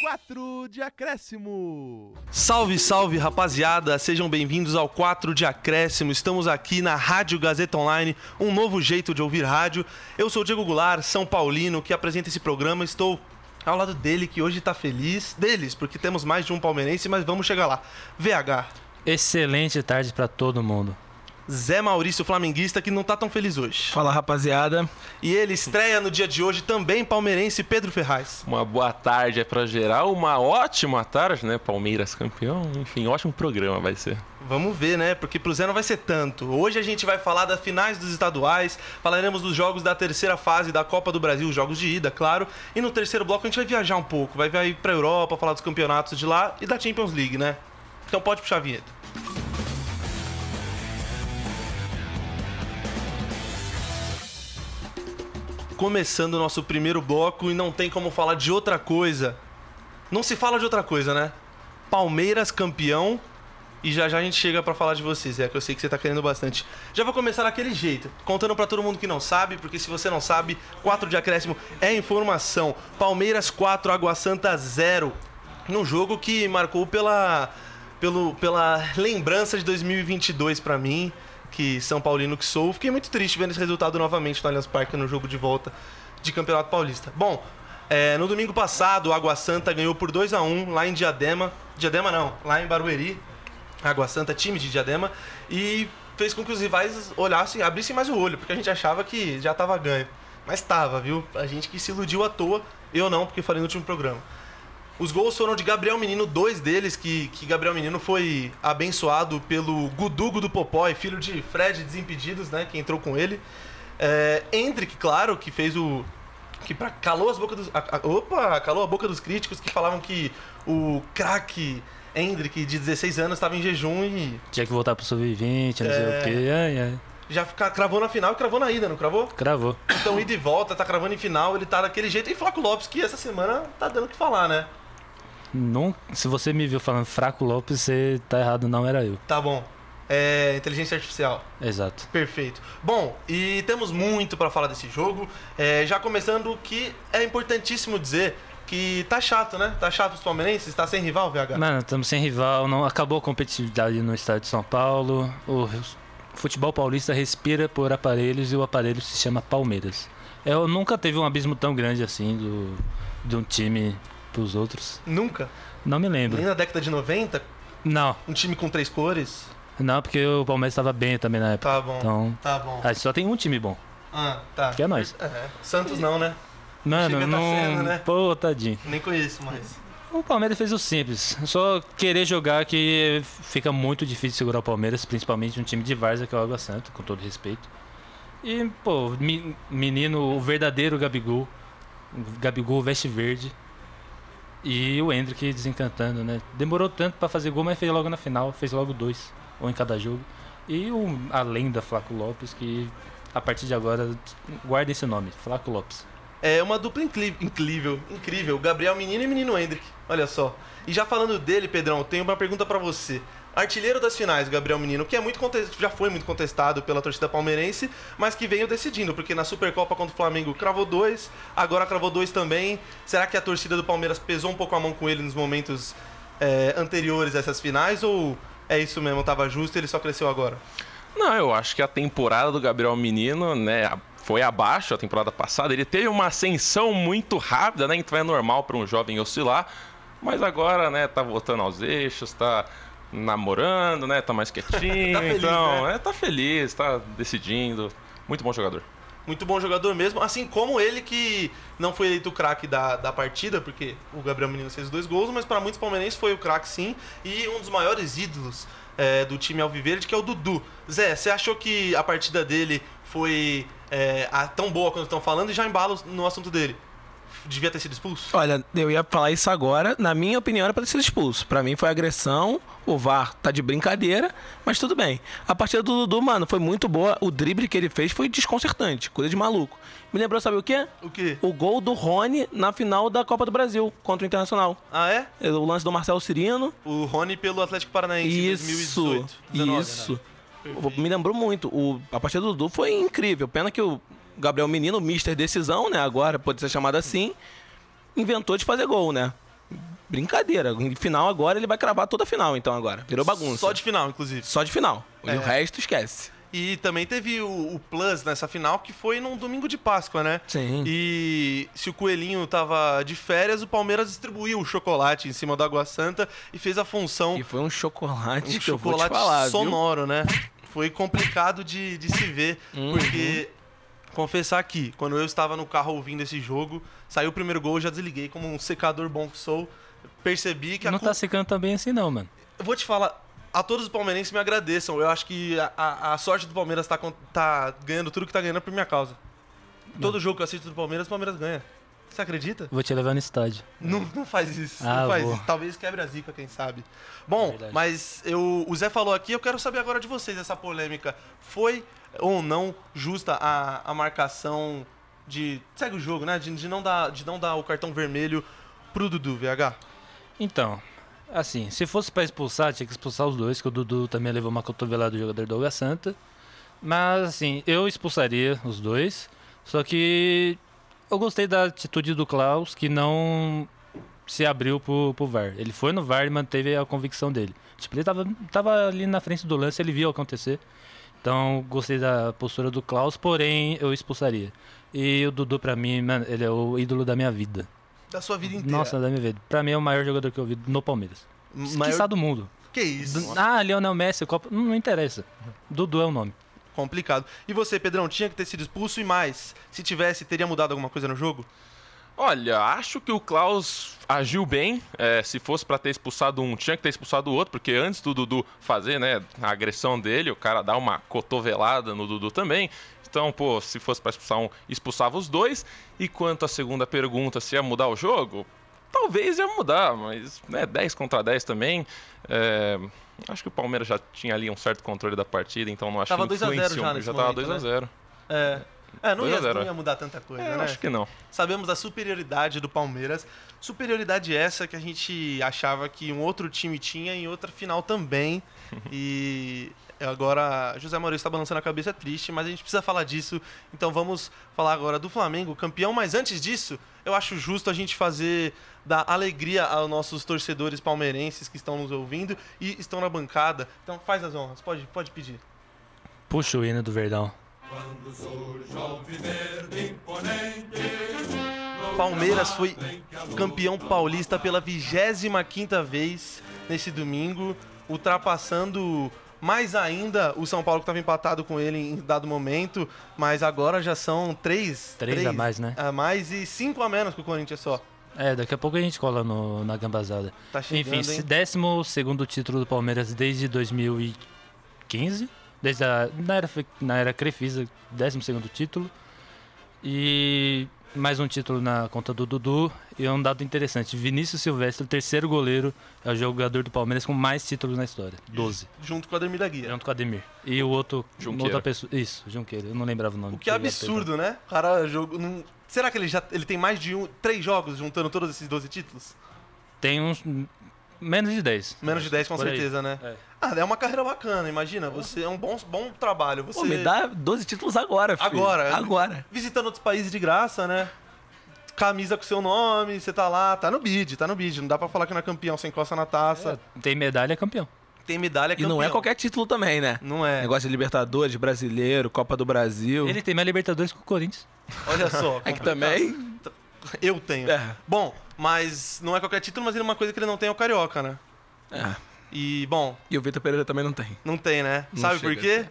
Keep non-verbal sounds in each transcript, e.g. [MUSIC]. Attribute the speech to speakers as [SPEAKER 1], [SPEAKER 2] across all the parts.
[SPEAKER 1] 4 de acréscimo.
[SPEAKER 2] Salve, salve, rapaziada! Sejam bem-vindos ao 4 de Acréscimo. Estamos aqui na Rádio Gazeta Online, um novo jeito de ouvir rádio. Eu sou o Diego Goulart, São Paulino, que apresenta esse programa. Estou ao lado dele, que hoje tá feliz. Deles, porque temos mais de um palmeirense, mas vamos chegar lá. VH,
[SPEAKER 3] Excelente tarde pra todo mundo.
[SPEAKER 2] Zé Maurício Flamenguista, que não tá tão feliz hoje.
[SPEAKER 4] Fala rapaziada,
[SPEAKER 2] E ele estreia no dia de hoje também palmeirense Pedro Ferraz.
[SPEAKER 5] Uma boa tarde é pra geral, uma ótima tarde, né? Palmeiras campeão, enfim, ótimo programa vai ser.
[SPEAKER 2] Vamos ver, né? Porque pro Zé não vai ser tanto. Hoje a gente vai falar das finais dos estaduais, falaremos dos jogos da terceira fase da Copa do Brasil, os jogos de ida, claro. E no terceiro bloco a gente vai viajar um pouco, vai vai pra Europa, falar dos campeonatos de lá e da Champions League, né? Então pode puxar a vinheta. Começando o nosso primeiro bloco e não tem como falar de outra coisa. Não se fala de outra coisa, né? Palmeiras campeão e já já a gente chega pra falar de vocês, é que eu sei que você tá querendo bastante. Já vou começar daquele jeito, contando pra todo mundo que não sabe, porque se você não sabe, 4 de acréscimo é informação. Palmeiras 4, Água Santa 0. Num jogo que marcou pela pelo, pela lembrança de 2022 pra mim, que São Paulino que sou, fiquei muito triste vendo esse resultado novamente no Allianz Parque no jogo de volta de Campeonato Paulista. Bom, é, no domingo passado, o Água Santa ganhou por 2 a 1 lá em Diadema. Diadema não, lá em Barueri, Água Santa, time de Diadema, e fez com que os rivais olhassem, abrissem mais o olho, porque a gente achava que já tava ganho. Mas tava, viu? A gente que se iludiu à toa, eu não, porque falei no último programa. Os gols foram de Gabriel Menino, dois deles, que, que Gabriel Menino foi abençoado pelo Gudugo do Popói, filho de Fred Desimpedidos, né, que entrou com ele. É, Hendrick, claro, que fez o, que pra, calou as bocas dos. a- a- opa! Calou a boca dos críticos que falavam que o craque Hendrick, de 16 anos, estava em jejum e
[SPEAKER 3] Tinha que voltar pro sub-20, não
[SPEAKER 2] É.
[SPEAKER 3] sei o quê. Ai, ai.
[SPEAKER 2] já fica, cravou na final e cravou na ida, não cravou?
[SPEAKER 3] Cravou.
[SPEAKER 2] Então, ida e volta, tá cravando em final, ele tá daquele jeito. E Flaco Lopes, que essa semana tá dando o que falar, né?
[SPEAKER 3] Não, se você me viu falando fraco Lopes, você tá errado, não era eu.
[SPEAKER 2] Tá bom. É, inteligência artificial.
[SPEAKER 3] Exato.
[SPEAKER 2] Perfeito. Bom, e temos muito pra falar desse jogo. É, já começando que é importantíssimo dizer que tá chato, né? Tá chato os palmeirenses, tá sem rival, VH?
[SPEAKER 3] Mano, estamos sem rival, não acabou a competitividade no estado de São Paulo. O futebol paulista respira por aparelhos e o aparelho se chama Palmeiras. Eu nunca teve um abismo tão grande assim do de um time pros outros.
[SPEAKER 2] Nunca.
[SPEAKER 3] Não me
[SPEAKER 2] Nem
[SPEAKER 3] lembro.
[SPEAKER 2] na década de 90,
[SPEAKER 3] Não,
[SPEAKER 2] um time com três cores.
[SPEAKER 3] não, porque o Palmeiras estava bem também na época.
[SPEAKER 2] Tá bom.
[SPEAKER 3] Então,
[SPEAKER 2] Tá bom.
[SPEAKER 3] aí só tem um time bom.
[SPEAKER 2] Ah, tá.
[SPEAKER 3] Que é nóis.
[SPEAKER 2] É, Santos não, né?
[SPEAKER 3] Mano,
[SPEAKER 2] Chega tá
[SPEAKER 3] não.
[SPEAKER 2] sendo, né?
[SPEAKER 3] Pô, tadinho.
[SPEAKER 2] Nem conheço mais.
[SPEAKER 3] O Palmeiras fez o simples. Só querer jogar que fica muito difícil segurar o Palmeiras, principalmente um time de Varsa que é o Água Santa, com todo respeito. E, pô, me- menino, o verdadeiro Gabigol. o Gabigol veste verde. E o Hendrick desencantando, né? Demorou tanto pra fazer gol, mas fez logo na final, fez logo dois, ou em cada jogo. E o, a lenda Flaco Lopes, que a partir de agora, guarda esse nome, Flaco Lopes.
[SPEAKER 2] É uma dupla incli- incrível, incrível. Gabriel Menino e Menino Hendrick. Olha só. E já falando dele, Pedrão, tenho uma pergunta pra você. Artilheiro das finais, Gabriel Menino, que é muito contest- já foi muito contestado pela torcida palmeirense, mas que veio decidindo, porque na Supercopa contra o Flamengo cravou dois, agora cravou dois também. Será que a torcida do Palmeiras pesou um pouco a mão com ele nos momentos eh, anteriores a essas finais? Ou é isso mesmo, tava justo e ele só cresceu agora?
[SPEAKER 5] Não, eu acho que a temporada do Gabriel Menino, né, a- foi abaixo a temporada passada. Ele teve uma ascensão muito rápida, né? Então é normal para um jovem oscilar. Mas agora, né, tá voltando aos eixos, tá namorando, né? Tá mais
[SPEAKER 2] [LAUGHS]
[SPEAKER 5] quietinho.
[SPEAKER 2] Tá feliz,
[SPEAKER 5] então,
[SPEAKER 2] né?
[SPEAKER 5] é, tá feliz, tá decidindo. Muito bom jogador.
[SPEAKER 2] Muito bom jogador mesmo, assim como ele que não foi eleito o craque da, da partida, porque o Gabriel Menino fez dois gols, mas para muitos palmeirenses foi o craque sim, e um dos maiores ídolos é, do time Alviverde, que é o Dudu. Zé, você achou que a partida dele foi é, a- tão boa quanto estão falando e já embalo no assunto dele? Devia ter sido expulso?
[SPEAKER 4] olha, eu ia falar isso agora, na minha opinião era pra ter sido expulso. Pra mim foi agressão, o VAR tá de brincadeira, mas tudo bem. A partida do Dudu, mano, foi muito boa, o drible que ele fez foi desconcertante, coisa de maluco. Me lembrou, sabe o quê?
[SPEAKER 2] O quê?
[SPEAKER 4] O gol do Rony na final da Copa do Brasil contra o Internacional.
[SPEAKER 2] Ah, é?
[SPEAKER 4] O lance do Marcelo Cirino.
[SPEAKER 2] O Rony pelo Atlético Paranaense em
[SPEAKER 4] Isso,
[SPEAKER 2] 2018. 19,
[SPEAKER 4] isso.
[SPEAKER 2] né?
[SPEAKER 4] Me lembrou muito. O, a partida do Dudu foi incrível. Pena que o Gabriel Menino, o Mister Decisão, né? Agora pode ser chamado assim, inventou de fazer gol, né? Brincadeira. Em final agora ele vai cravar toda a final, então agora. Virou bagunça.
[SPEAKER 2] Só de final, inclusive.
[SPEAKER 4] Só É. de final. E o resto esquece.
[SPEAKER 2] E também teve o, o plus nessa final, que foi num domingo de Páscoa, né?
[SPEAKER 4] Sim.
[SPEAKER 2] E se o Coelhinho tava de férias, o Palmeiras distribuiu o chocolate em cima do Água Santa e fez a função
[SPEAKER 4] E foi um chocolate
[SPEAKER 2] um
[SPEAKER 4] que eu vou te
[SPEAKER 2] chocolate
[SPEAKER 4] falar, viu?
[SPEAKER 2] sonoro, né? Foi complicado de, de se ver,
[SPEAKER 4] Hum. Uhum.
[SPEAKER 2] porque confessar que quando eu estava no carro ouvindo esse jogo, saiu o primeiro gol, eu já desliguei como um secador bom que sou. Percebi que a
[SPEAKER 3] Não
[SPEAKER 2] culpa-
[SPEAKER 3] tá secando tão bem assim, não, mano.
[SPEAKER 2] eu vou te falar, a todos os palmeirenses me agradeçam. Eu acho que a, a- a sorte do Palmeiras tá, con- tá ganhando tudo que tá ganhando por minha causa. Todo jogo que eu assisto do Palmeiras, o Palmeiras ganha. Você acredita?
[SPEAKER 3] Vou te levar no estádio.
[SPEAKER 2] Não, não faz isso.
[SPEAKER 3] Ah,
[SPEAKER 2] não faz
[SPEAKER 3] boa.
[SPEAKER 2] isso. Talvez quebre a zica, quem sabe. Bom,
[SPEAKER 3] Verdade.
[SPEAKER 2] mas eu, o Zé falou aqui, eu quero saber agora de vocês essa polêmica. Foi ou não justa a, a marcação de. Segue o jogo, né? De, de não dar, de não dar o cartão vermelho pro Dudu, VH.
[SPEAKER 3] Então, assim, se fosse pra expulsar, tinha que expulsar os dois, que o Dudu também levou uma cotovelada do jogador do Água Santa. Mas, assim, eu expulsaria os dois. Só que eu gostei da atitude do Klaus, que não se abriu pro, pro VAR. Ele foi no VAR e manteve a convicção dele. Tipo, ele tava, tava ali na frente do lance, ele viu acontecer. Então, gostei da postura do Klaus, porém, eu expulsaria. E o Dudu, pra mim, mano, ele é o ídolo da minha vida.
[SPEAKER 2] Da sua vida inteira.
[SPEAKER 3] [LAUGHS]
[SPEAKER 2] Hum,
[SPEAKER 3] Nossa, deve ver. Pra mim é o maior jogador que eu vi no Palmeiras.
[SPEAKER 2] Maior-
[SPEAKER 3] Esquiçá do mundo.
[SPEAKER 2] Que isso?
[SPEAKER 3] Do- Ah, Lionel Messi, Copa. Não, não interessa. Dudu é o nome.
[SPEAKER 2] Complicado. E você, Pedrão, tinha que ter sido expulso e mais. Se tivesse, teria mudado alguma coisa no jogo?
[SPEAKER 5] Olha, acho que o Klaus agiu bem. É, se fosse pra ter expulsado um, tinha que ter expulsado o outro, porque antes do Dudu fazer, né, a agressão dele, o cara dá uma cotovelada no Dudu também. Então, pô, se fosse pra expulsar um, expulsava os dois. E quanto à segunda pergunta, se ia mudar o jogo, talvez ia mudar, mas né, 10 contra 10 também. É, acho que o Palmeiras já tinha ali um certo controle da partida, então não acho
[SPEAKER 2] Tava
[SPEAKER 5] que
[SPEAKER 2] 2 a 0 já
[SPEAKER 5] influenciou.
[SPEAKER 2] nesse
[SPEAKER 5] já tava
[SPEAKER 2] momento,
[SPEAKER 5] 2 a
[SPEAKER 2] né?
[SPEAKER 5] 0
[SPEAKER 2] É. É, não
[SPEAKER 5] Dois a
[SPEAKER 2] ia,
[SPEAKER 5] zero.
[SPEAKER 2] não ia mudar tanta coisa,
[SPEAKER 5] É,
[SPEAKER 2] né?
[SPEAKER 5] acho que não.
[SPEAKER 2] Sabemos da superioridade do Palmeiras. Superioridade essa que a gente achava que um outro time tinha em outra final também. E agora José Maurício está balançando a cabeça é triste, mas a gente precisa falar disso. Então vamos falar agora do Flamengo, campeão. Mas antes disso, eu acho justo a gente fazer da alegria aos nossos torcedores palmeirenses que estão nos ouvindo e estão na bancada. Então faz as honras, pode, pode pedir.
[SPEAKER 3] Puxa o hino do Verdão.
[SPEAKER 2] Palmeiras foi campeão paulista pela 25ª vez nesse domingo, ultrapassando mais ainda o São Paulo que estava empatado com ele em dado momento, mas agora já são três,
[SPEAKER 3] Três a mais, né?
[SPEAKER 2] A mais e cinco a menos que o Corinthians só.
[SPEAKER 3] É, daqui a pouco a gente cola no- na gambazada.
[SPEAKER 2] Tá chegando,
[SPEAKER 3] Enfim,
[SPEAKER 2] hein?
[SPEAKER 3] se- décimo segundo título do Palmeiras desde 2015. Desde a. Na era, Fe- na era Crefisa, décimo segundo título. E mais um título na conta do Dudu. E um dado interessante: Vinícius Silvestre, o terceiro goleiro, é o jogador do Palmeiras com mais títulos na história. 12.
[SPEAKER 2] junto com a Ademir da Guia.
[SPEAKER 3] Junto com o Ademir. E o outro.
[SPEAKER 5] Junqueira.
[SPEAKER 3] Outra pessoa. Isso, Junqueira. Eu não lembrava o nome.
[SPEAKER 2] O que é absurdo, né? O cara jogo não- Será que ele já ele tem mais de um, três jogos juntando todos esses 12 títulos?
[SPEAKER 3] Tem uns. Menos de 10.
[SPEAKER 2] Menos de 10 com
[SPEAKER 3] É, Por aí.
[SPEAKER 2] certeza, né?
[SPEAKER 3] É.
[SPEAKER 2] Ah, é uma carreira bacana, imagina. Você é um bom, bom trabalho. Você
[SPEAKER 4] Pô, me dá 12 títulos agora, né? filho.
[SPEAKER 2] Agora.
[SPEAKER 4] Agora.
[SPEAKER 2] visitando outros países de graça, né? Camisa com seu nome, você tá lá, tá no bid, tá no bid. Não dá pra falar que não é campeão, você encosta na taça.
[SPEAKER 3] Tem medalha, é campeão.
[SPEAKER 2] Tem medalha, é
[SPEAKER 4] E
[SPEAKER 2] campeão.
[SPEAKER 4] não é qualquer título também, né?
[SPEAKER 2] Não é.
[SPEAKER 4] Negócio de Libertadores, Brasileiro, Copa do Brasil.
[SPEAKER 3] Ele tem mais Libertadores que o Corinthians.
[SPEAKER 2] Olha só.
[SPEAKER 4] [LAUGHS] É que também.
[SPEAKER 2] Eu tenho.
[SPEAKER 4] É.
[SPEAKER 2] Bom, mas não é qualquer título, mas ele é uma coisa que ele não tem é o Carioca, né?
[SPEAKER 4] É.
[SPEAKER 2] E, bom,
[SPEAKER 4] E o Vitor Pereira também não tem.
[SPEAKER 2] não tem, né? Sabe por
[SPEAKER 4] chega.
[SPEAKER 2] quê?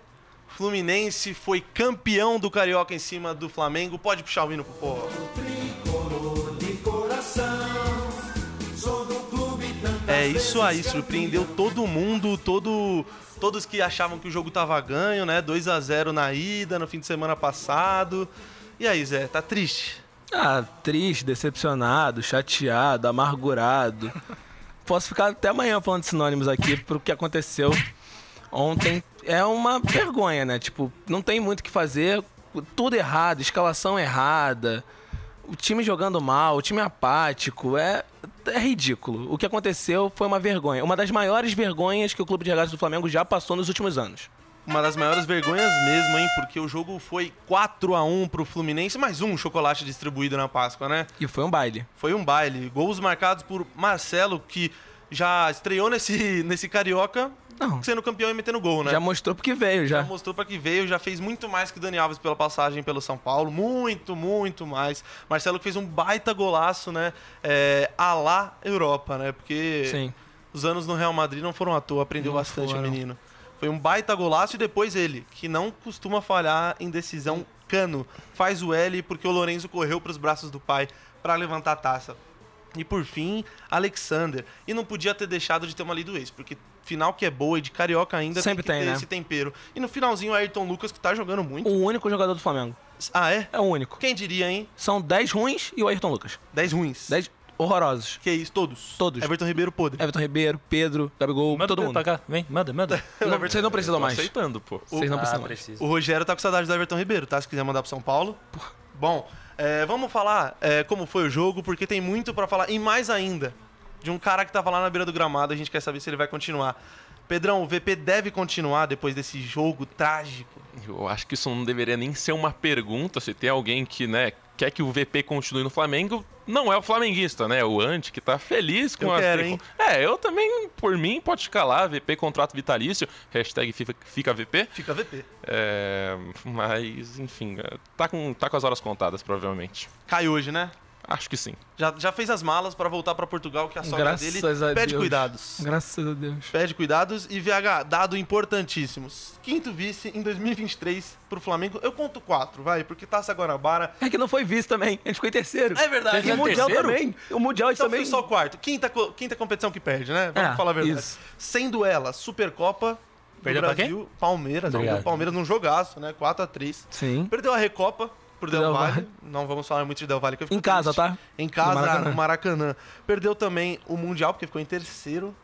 [SPEAKER 2] Fluminense foi campeão do Carioca em cima do Flamengo. Pode puxar o hino pro povo. É isso aí, surpreendeu todo mundo, todo, todos que achavam que o jogo tava ganho, né? 2 a 0 na ida no fim de semana passado. E aí, Zé, tá triste?
[SPEAKER 4] Ah, triste, decepcionado, chateado, [LAUGHS] amargurado. Posso ficar até amanhã falando de sinônimos aqui pro que aconteceu ontem. É uma vergonha, né? Tipo, não tem muito o que fazer, tudo errado, escalação errada, o time jogando mal, o time apático, é, é ridículo. O que aconteceu foi uma vergonha, uma das maiores vergonhas que o clube de regatas do Flamengo já passou nos últimos anos.
[SPEAKER 2] Uma das maiores vergonhas mesmo, hein? Porque o jogo foi 4 a 1 pro Fluminense, mais um chocolate distribuído na Páscoa, né?
[SPEAKER 4] E foi um baile.
[SPEAKER 2] Foi um baile. Gols marcados por Marcelo, que já estreou nesse, nesse Carioca,
[SPEAKER 4] Não.
[SPEAKER 2] sendo campeão e metendo gol, né?
[SPEAKER 4] Já mostrou porque veio,
[SPEAKER 2] Já
[SPEAKER 4] já.
[SPEAKER 2] mostrou pra que veio, já fez muito mais que o Dani Alves pela passagem pelo São Paulo, muito, muito mais. Marcelo que fez um baita golaço, né? É, a lá Europa, né? Porque
[SPEAKER 4] Sim.
[SPEAKER 2] os anos no Real Madrid não foram à toa, aprendeu
[SPEAKER 4] Não
[SPEAKER 2] bastante
[SPEAKER 4] foram.
[SPEAKER 2] o menino. Foi um baita golaço e depois ele, que não costuma falhar em decisão cano, faz o L porque o Lorenzo correu pros braços do pai pra levantar a taça. E por fim, Alexander. E não podia ter deixado de ter uma lei do ex, porque final que é boa e de carioca ainda
[SPEAKER 4] Sempre
[SPEAKER 2] tem que
[SPEAKER 4] tem,
[SPEAKER 2] ter
[SPEAKER 4] né?
[SPEAKER 2] esse tempero. E no finalzinho, o Ayrton Lucas, que tá jogando muito.
[SPEAKER 4] O único jogador do Flamengo.
[SPEAKER 2] Ah, é?
[SPEAKER 4] É o único.
[SPEAKER 2] Quem diria, hein?
[SPEAKER 4] São 10 ruins e o Ayrton Lucas.
[SPEAKER 2] 10 ruins.
[SPEAKER 4] 10 horrorosos.
[SPEAKER 2] Que isso, todos.
[SPEAKER 4] Todos.
[SPEAKER 2] Everton Ribeiro podre.
[SPEAKER 4] Everton Ribeiro, Pedro, Gabigol,
[SPEAKER 3] Manda
[SPEAKER 4] todo
[SPEAKER 3] pra
[SPEAKER 4] mundo.
[SPEAKER 3] Pra cá. Vem,
[SPEAKER 2] [LAUGHS]
[SPEAKER 3] manda, manda.
[SPEAKER 4] Não, vocês não precisam
[SPEAKER 5] Tô
[SPEAKER 4] mais.
[SPEAKER 5] aceitando, pô.
[SPEAKER 4] Vocês não
[SPEAKER 3] Ah,
[SPEAKER 4] precisam mais.
[SPEAKER 3] precisa.
[SPEAKER 2] O Rogério tá com saudade do Everton Ribeiro, tá? Se quiser mandar pro São Paulo. Bom, é, vamos falar é, como foi o jogo, porque tem muito pra falar. E mais ainda, de um cara que tava lá na beira do gramado, a gente quer saber se ele vai continuar. Pedrão, o VP deve continuar depois desse jogo trágico.
[SPEAKER 5] Eu acho que isso não deveria nem ser uma pergunta. Se tem alguém que, né, quer que o VP continue no Flamengo, não é o flamenguista, né? É O Ante, que tá feliz com
[SPEAKER 2] Eu
[SPEAKER 5] as
[SPEAKER 2] quero, hein?
[SPEAKER 5] É, eu também, por mim, pode ficar lá, VP contrato vitalício, hashtag fica, fica VP.
[SPEAKER 2] Fica VP.
[SPEAKER 5] É, mas, enfim, é, tá com, tá com as horas contadas, provavelmente.
[SPEAKER 2] Cai hoje, né?
[SPEAKER 5] Acho que sim.
[SPEAKER 2] Já, já fez as malas pra voltar pra Portugal, que a sogra
[SPEAKER 4] Graças
[SPEAKER 2] dele
[SPEAKER 4] a
[SPEAKER 2] pede
[SPEAKER 4] Deus.
[SPEAKER 2] cuidados.
[SPEAKER 4] Graças a Deus.
[SPEAKER 2] Pede cuidados e VH, dado importantíssimos. Quinto vice em 2023 pro Flamengo. Eu conto quatro, vai, porque Taça Guanabara.
[SPEAKER 4] É que não foi vice também. A gente ficou em terceiro.
[SPEAKER 2] É verdade.
[SPEAKER 4] E o Mundial
[SPEAKER 3] terceiro?
[SPEAKER 4] também. O Mundial
[SPEAKER 2] Então
[SPEAKER 4] também.
[SPEAKER 2] foi só o quarto. Quinta, co- quinta competição que perde, né? Vamos
[SPEAKER 4] É,
[SPEAKER 2] falar a verdade.
[SPEAKER 4] isso.
[SPEAKER 2] Sendo ela Supercopa do
[SPEAKER 3] Perdeu pra
[SPEAKER 2] Brasil, Palmeiras.
[SPEAKER 3] Obrigado.
[SPEAKER 2] Perdeu o Palmeiras num jogaço, né? 4x3.
[SPEAKER 4] Sim.
[SPEAKER 2] Perdeu a Recopa por Del
[SPEAKER 4] Del
[SPEAKER 2] Valle.
[SPEAKER 4] Valle.
[SPEAKER 2] Não vamos falar muito de Del Valle. Que eu fico
[SPEAKER 4] Em casa,
[SPEAKER 2] triste.
[SPEAKER 4] tá?
[SPEAKER 2] Em casa, no
[SPEAKER 4] No
[SPEAKER 2] Maracanã.
[SPEAKER 4] Maracanã.
[SPEAKER 2] Perdeu também o Mundial, porque ficou em terceiro.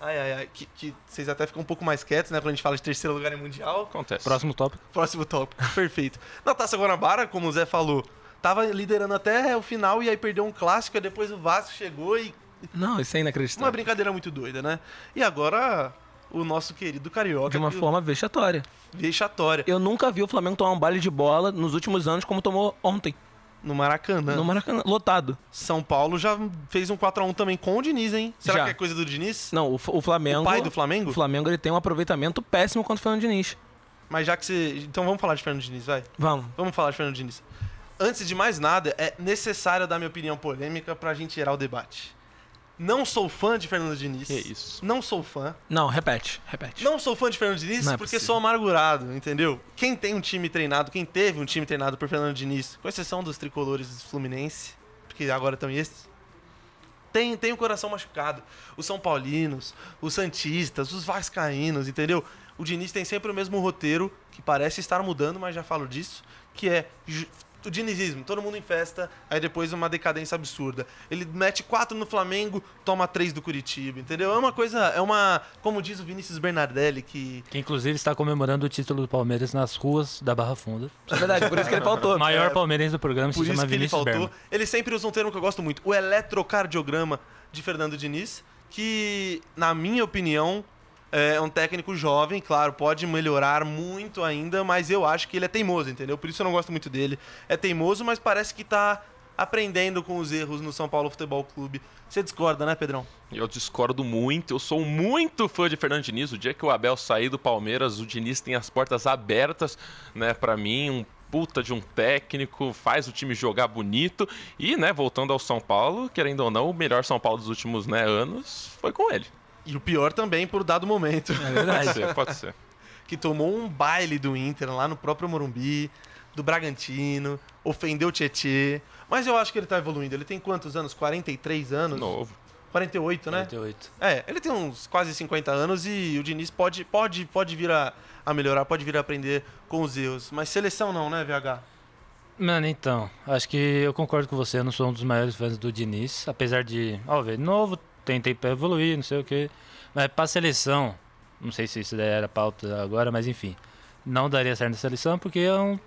[SPEAKER 2] Ai, ai, ai. Que, que vocês até ficam um pouco mais quietos, né? Quando a gente fala de terceiro lugar em Mundial.
[SPEAKER 5] Acontece.
[SPEAKER 3] Próximo tópico.
[SPEAKER 2] Próximo tópico. [LAUGHS] Perfeito. Na Taça Guanabara, como o Zé falou, tava liderando até o final e aí perdeu um clássico. e depois o Vasco chegou e
[SPEAKER 4] Não, isso é
[SPEAKER 2] uma
[SPEAKER 4] inacreditável.
[SPEAKER 2] brincadeira muito doida, né? E agora, o nosso querido Carioca.
[SPEAKER 4] De uma
[SPEAKER 2] que
[SPEAKER 4] forma vexatória.
[SPEAKER 2] Vexatória.
[SPEAKER 4] Eu nunca vi o Flamengo tomar um baile de bola nos últimos anos como tomou ontem.
[SPEAKER 2] No Maracanã.
[SPEAKER 4] No Maracanã, lotado.
[SPEAKER 2] São Paulo já fez um 4x1 também com o Diniz, hein? Será
[SPEAKER 4] Já.
[SPEAKER 2] que é coisa do Diniz?
[SPEAKER 4] Não, o, F- o Flamengo...
[SPEAKER 2] O pai do Flamengo?
[SPEAKER 4] O Flamengo, ele tem um aproveitamento péssimo contra o Fernando Diniz.
[SPEAKER 2] Mas já que você. Então vamos falar de Fernando Diniz, vai.
[SPEAKER 4] Vamos.
[SPEAKER 2] Vamos falar de Fernando Diniz. Antes de mais nada, é necessário dar minha opinião polêmica pra gente gerar o debate. Não sou fã de Fernando Diniz.
[SPEAKER 5] Que isso.
[SPEAKER 2] Não sou fã.
[SPEAKER 4] Não, repete, repete.
[SPEAKER 2] Não sou fã de Fernando Diniz
[SPEAKER 4] Não é
[SPEAKER 2] porque
[SPEAKER 4] possível.
[SPEAKER 2] sou amargurado, entendeu? Quem tem um time treinado, quem teve um time treinado por Fernando Diniz, com exceção dos tricolores Fluminense, porque agora estão esses, tem, tem o coração machucado. Os São Paulinos, os Santistas, os Vascaínos, entendeu? O Diniz tem sempre o mesmo roteiro, que parece estar mudando, mas já falo disso, que é ju- o dinizismo, todo mundo em festa, aí depois uma decadência absurda. Ele mete quatro no Flamengo, toma três do Curitiba, entendeu? É uma coisa, é uma, como diz o Vinícius Bernardelli, que
[SPEAKER 3] Que inclusive está comemorando o título do Palmeiras nas ruas da Barra Funda.
[SPEAKER 4] É verdade, por isso que ele faltou.
[SPEAKER 3] O maior palmeirense do programa se
[SPEAKER 2] é por
[SPEAKER 3] chama
[SPEAKER 2] isso que ele
[SPEAKER 3] Vinícius
[SPEAKER 2] faltou.
[SPEAKER 3] Berman.
[SPEAKER 2] Ele sempre usa um termo que eu gosto muito, o eletrocardiograma de Fernando Diniz, que, na minha opinião, é um técnico jovem, claro, pode melhorar muito ainda, mas eu acho que ele é teimoso, entendeu? Por isso eu não gosto muito dele. É teimoso, mas parece que tá aprendendo com os erros no São Paulo Futebol Clube. Você discorda, né, Pedrão?
[SPEAKER 5] Eu discordo muito, eu sou muito fã de Fernando Diniz. O dia que o Abel sair do Palmeiras, o Diniz tem as portas abertas, né, Pra mim, um puta de um técnico, faz o time jogar bonito e, né, voltando ao São Paulo, querendo ou não, o melhor São Paulo dos últimos, né, anos foi com ele.
[SPEAKER 2] E o pior também, por dado momento. [LAUGHS]
[SPEAKER 4] É
[SPEAKER 5] Pode
[SPEAKER 4] verdade.
[SPEAKER 5] ser, pode ser.
[SPEAKER 2] que tomou um baile do Inter lá no próprio Morumbi, do Bragantino, ofendeu o Tietê. Mas eu acho que ele tá evoluindo. Ele tem quantos anos? 43 anos?
[SPEAKER 5] Novo.
[SPEAKER 2] 48, né?
[SPEAKER 3] 48.
[SPEAKER 2] É, ele tem uns quase 50 anos e o Diniz pode, pode, pode vir a, a melhorar, pode vir a aprender com os erros. Mas seleção não, né, VH?
[SPEAKER 3] Mano, então, acho que eu concordo com você, eu não sou um dos maiores fãs do Diniz, apesar de, ó, velho, novo, tentei pra evoluir, não sei o quê. Mas pra seleção, não sei se isso daí era pauta agora, mas enfim, não daria certo na seleção porque é um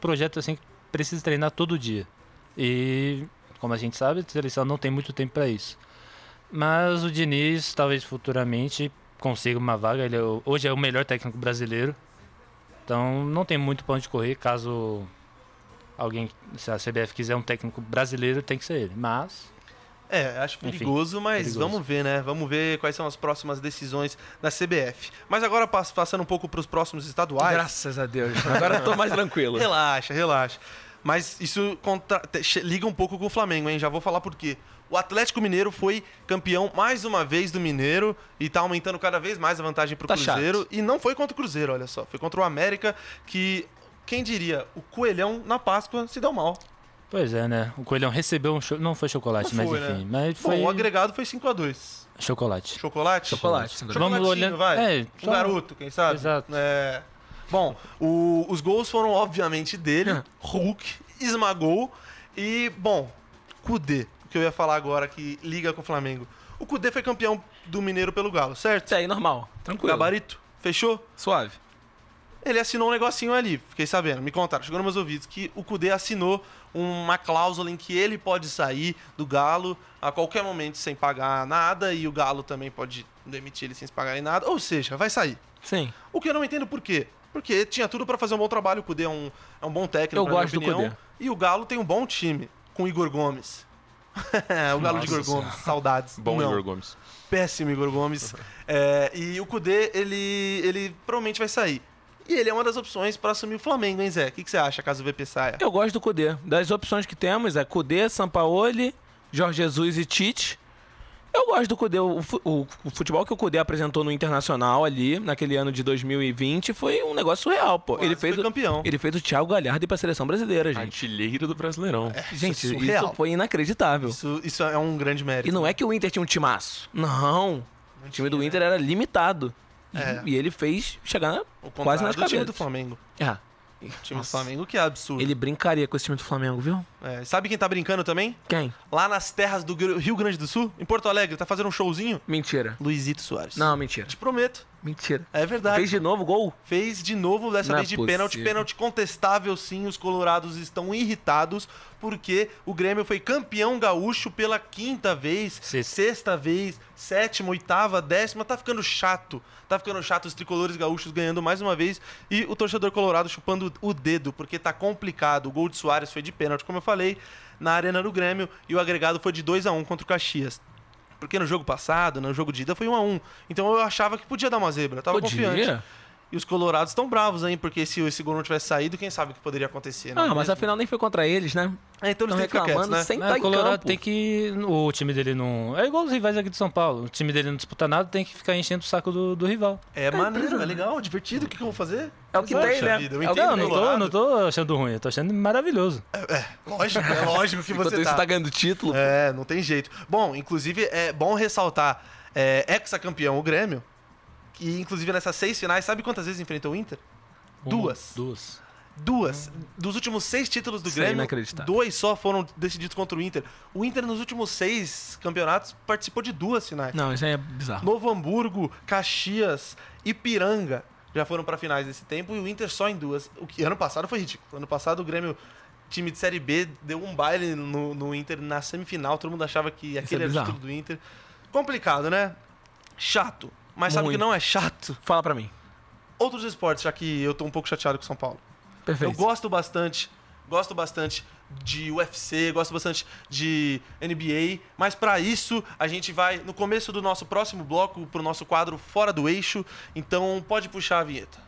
[SPEAKER 3] projeto assim que precisa treinar todo dia. E, como a gente sabe, a seleção não tem muito tempo pra isso. Mas o Diniz, talvez futuramente, consiga uma vaga. Ele é o- hoje é o melhor técnico brasileiro. Então não tem muito pão de correr. Caso alguém, se a CBF quiser um técnico brasileiro, tem que ser ele. Mas
[SPEAKER 2] É, acho
[SPEAKER 3] Enfim,
[SPEAKER 2] perigoso, mas
[SPEAKER 3] perigoso.
[SPEAKER 2] vamos ver, né? Vamos ver quais são as próximas decisões da CBF. Mas agora pass- passando um pouco para os próximos estaduais.
[SPEAKER 4] Graças a Deus. [LAUGHS] Agora eu tô mais tranquilo.
[SPEAKER 2] Relaxa, relaxa. Mas isso contra- te- che- liga um pouco com o Flamengo, hein? Já vou falar por quê. O Atlético Mineiro foi campeão mais uma vez do Mineiro e tá aumentando cada vez mais a vantagem pro
[SPEAKER 4] Tá
[SPEAKER 2] Cruzeiro. E não foi contra o Cruzeiro, olha só. Foi contra o América, que, quem diria, o Coelhão na Páscoa se deu mal.
[SPEAKER 3] Pois é, né? O Coelhão recebeu um cho- não foi chocolate,
[SPEAKER 2] Não
[SPEAKER 3] mas
[SPEAKER 2] foi,
[SPEAKER 3] enfim,
[SPEAKER 2] né?
[SPEAKER 3] mas
[SPEAKER 2] Bom,
[SPEAKER 3] foi
[SPEAKER 2] o agregado foi 5 a 2
[SPEAKER 3] chocolate.
[SPEAKER 2] Chocolate?
[SPEAKER 4] Chocolate.
[SPEAKER 2] Chocolatinho,
[SPEAKER 3] Vamos olhando-
[SPEAKER 2] vai.
[SPEAKER 3] é,
[SPEAKER 2] um
[SPEAKER 3] só-
[SPEAKER 2] garoto, quem sabe?
[SPEAKER 3] Exato.
[SPEAKER 2] É. Bom, o- os gols foram obviamente
[SPEAKER 3] Ah.
[SPEAKER 2] dele. Hulk esmagou. E, bom, Kudê, o que eu ia falar agora que liga com o Flamengo. O Kudê foi campeão do Mineiro pelo Galo, certo?
[SPEAKER 4] Isso aí, normal. Tranquilo.
[SPEAKER 2] Gabarito, fechou?
[SPEAKER 4] Suave.
[SPEAKER 2] Ele assinou um negocinho ali, fiquei sabendo, me contaram, chegou nos meus ouvidos, que o Kudê assinou uma cláusula em que ele pode sair do Galo a qualquer momento sem pagar nada e o Galo também pode demitir ele sem se pagar em nada, ou seja, vai sair.
[SPEAKER 4] Sim.
[SPEAKER 2] O que eu não entendo é por quê. Porque tinha tudo pra fazer um bom trabalho, o Kudê é um, é um bom técnico,
[SPEAKER 4] Eu
[SPEAKER 2] na minha
[SPEAKER 4] gosto do
[SPEAKER 2] opinião,
[SPEAKER 4] Kudê.
[SPEAKER 2] E o Galo tem um bom time, com o Igor Gomes. [LAUGHS] É, o Galo de Igor Gomes, saudades.
[SPEAKER 5] Bom
[SPEAKER 2] não
[SPEAKER 5] Igor Gomes.
[SPEAKER 2] péssimo Igor
[SPEAKER 4] [LAUGHS]
[SPEAKER 2] Gomes. É, e o Kudê, ele, ele provavelmente vai sair. E ele é uma das opções pra assumir o Flamengo, hein, Zé? O que, que você acha caso o VP saia?
[SPEAKER 4] Eu gosto do Cudê. Das opções que temos é Cudê, Sampaoli, Jorge Jesus e Tite. Eu gosto do Cudê. O, fu- o- o futebol que o Cudê apresentou no Internacional ali, naquele ano de 2020, foi um negócio surreal, pô. ele
[SPEAKER 2] Quase
[SPEAKER 4] fez
[SPEAKER 2] foi
[SPEAKER 4] o,
[SPEAKER 2] campeão.
[SPEAKER 4] Ele fez o Thiago Galhardo ir pra seleção brasileira, gente.
[SPEAKER 5] Artilheiro do Brasileirão.
[SPEAKER 4] gente,
[SPEAKER 2] isso é
[SPEAKER 4] isso,
[SPEAKER 2] surreal.
[SPEAKER 4] foi inacreditável.
[SPEAKER 2] Isso, isso é um grande mérito.
[SPEAKER 4] E não é que o Inter tinha um timaço. Não. o time do Inter era limitado. E-
[SPEAKER 2] É.
[SPEAKER 4] E, ele fez chegar
[SPEAKER 2] O contrário
[SPEAKER 4] quase nas
[SPEAKER 2] do time
[SPEAKER 4] cabeças.
[SPEAKER 2] do Flamengo.
[SPEAKER 4] É.
[SPEAKER 2] O time do Flamengo que é absurdo.
[SPEAKER 4] Ele brincaria com esse time do Flamengo, viu?
[SPEAKER 2] É, sabe quem tá brincando também?
[SPEAKER 4] Quem?
[SPEAKER 2] Lá nas terras do Gr- Rio Grande do Sul, em Porto Alegre, tá fazendo um showzinho?
[SPEAKER 4] Mentira.
[SPEAKER 2] Luizito Soares.
[SPEAKER 4] Não, mentira.
[SPEAKER 2] Te prometo.
[SPEAKER 4] Mentira.
[SPEAKER 2] É verdade.
[SPEAKER 4] Fez de novo o gol?
[SPEAKER 2] Fez de novo, dessa
[SPEAKER 4] Não é
[SPEAKER 2] vez de pênalti.
[SPEAKER 4] possível.
[SPEAKER 2] Pênalti contestável, sim. Os colorados estão irritados porque o Grêmio foi campeão gaúcho pela quinta vez,
[SPEAKER 3] Sexta.
[SPEAKER 2] sexta vez, sétima, oitava, décima. Tá ficando chato. Tá ficando chato os tricolores gaúchos ganhando mais uma vez e o torcedor colorado chupando o dedo porque tá complicado. O gol de Soares foi de pênalti, como eu falei, na arena do Grêmio e o agregado foi de 2 a 1 contra o Caxias. Porque no jogo passado, no jogo de ida, foi 1 a 1 Então eu achava que podia dar uma zebra. Eu tava confiante. E os colorados estão bravos, hein? Porque se esse gol não tivesse saído, quem sabe o que poderia acontecer, né?
[SPEAKER 4] Ah, mas afinal nem foi contra eles, né?
[SPEAKER 2] É, então eles têm
[SPEAKER 4] Estão
[SPEAKER 2] que ficar quietos,
[SPEAKER 4] reclamando
[SPEAKER 2] né?
[SPEAKER 4] sem
[SPEAKER 3] Né,
[SPEAKER 4] estar
[SPEAKER 3] o
[SPEAKER 4] tá em
[SPEAKER 3] Colorado
[SPEAKER 4] campo.
[SPEAKER 3] tem que. O time dele não. É igual os rivais aqui de São Paulo. O time dele não disputa nada, tem que ficar enchendo o saco do, do rival.
[SPEAKER 2] É maneiro, é legal, divertido. O que, que eu vou fazer?
[SPEAKER 4] É o que
[SPEAKER 2] Poxa
[SPEAKER 4] tem, né?
[SPEAKER 2] vida, eu
[SPEAKER 4] É o
[SPEAKER 2] entendo,
[SPEAKER 4] que
[SPEAKER 3] Não,
[SPEAKER 4] tem.
[SPEAKER 3] não tô,
[SPEAKER 2] Colorado.
[SPEAKER 3] não tô achando ruim, eu tô achando maravilhoso.
[SPEAKER 2] Lógico, é lógico que
[SPEAKER 4] Enquanto
[SPEAKER 2] você
[SPEAKER 4] isso
[SPEAKER 2] tá.
[SPEAKER 4] tá ganhando título.
[SPEAKER 2] É, não tem jeito. Bom, inclusive, é bom ressaltar, é, hexacampeão o Grêmio, que inclusive nessas seis finais, sabe quantas vezes enfrentou o Inter? Um, Duas.
[SPEAKER 3] Duas.
[SPEAKER 2] Duas. Dos últimos seis títulos do
[SPEAKER 4] Isso é
[SPEAKER 2] Grêmio,
[SPEAKER 4] inacreditável.
[SPEAKER 2] dois só foram decididos contra o Inter. O Inter, nos últimos seis campeonatos, participou de duas finais.
[SPEAKER 4] Não, isso aí é bizarro.
[SPEAKER 2] Novo Hamburgo, Caxias, Ipiranga já foram pra finais desse tempo e o Inter só em duas. O que ano passado foi ridículo. Ano passado o Grêmio, time de Série B, deu um baile no, no Inter na semifinal. Todo mundo achava que aquele era o
[SPEAKER 4] é bizarro.
[SPEAKER 2] título do Inter. Complicado, né? Chato. Mas sabe o que
[SPEAKER 4] Muito.
[SPEAKER 2] não é chato?
[SPEAKER 4] Fala pra mim.
[SPEAKER 2] Outros esportes, já que eu tô um pouco chateado com o São Paulo. Eu
[SPEAKER 4] Perfeito.
[SPEAKER 2] gosto bastante, gosto bastante de UFC, gosto bastante de NBA, mas pra isso a gente vai no começo do nosso próximo bloco pro nosso quadro Fora do Eixo. Então pode puxar a vinheta.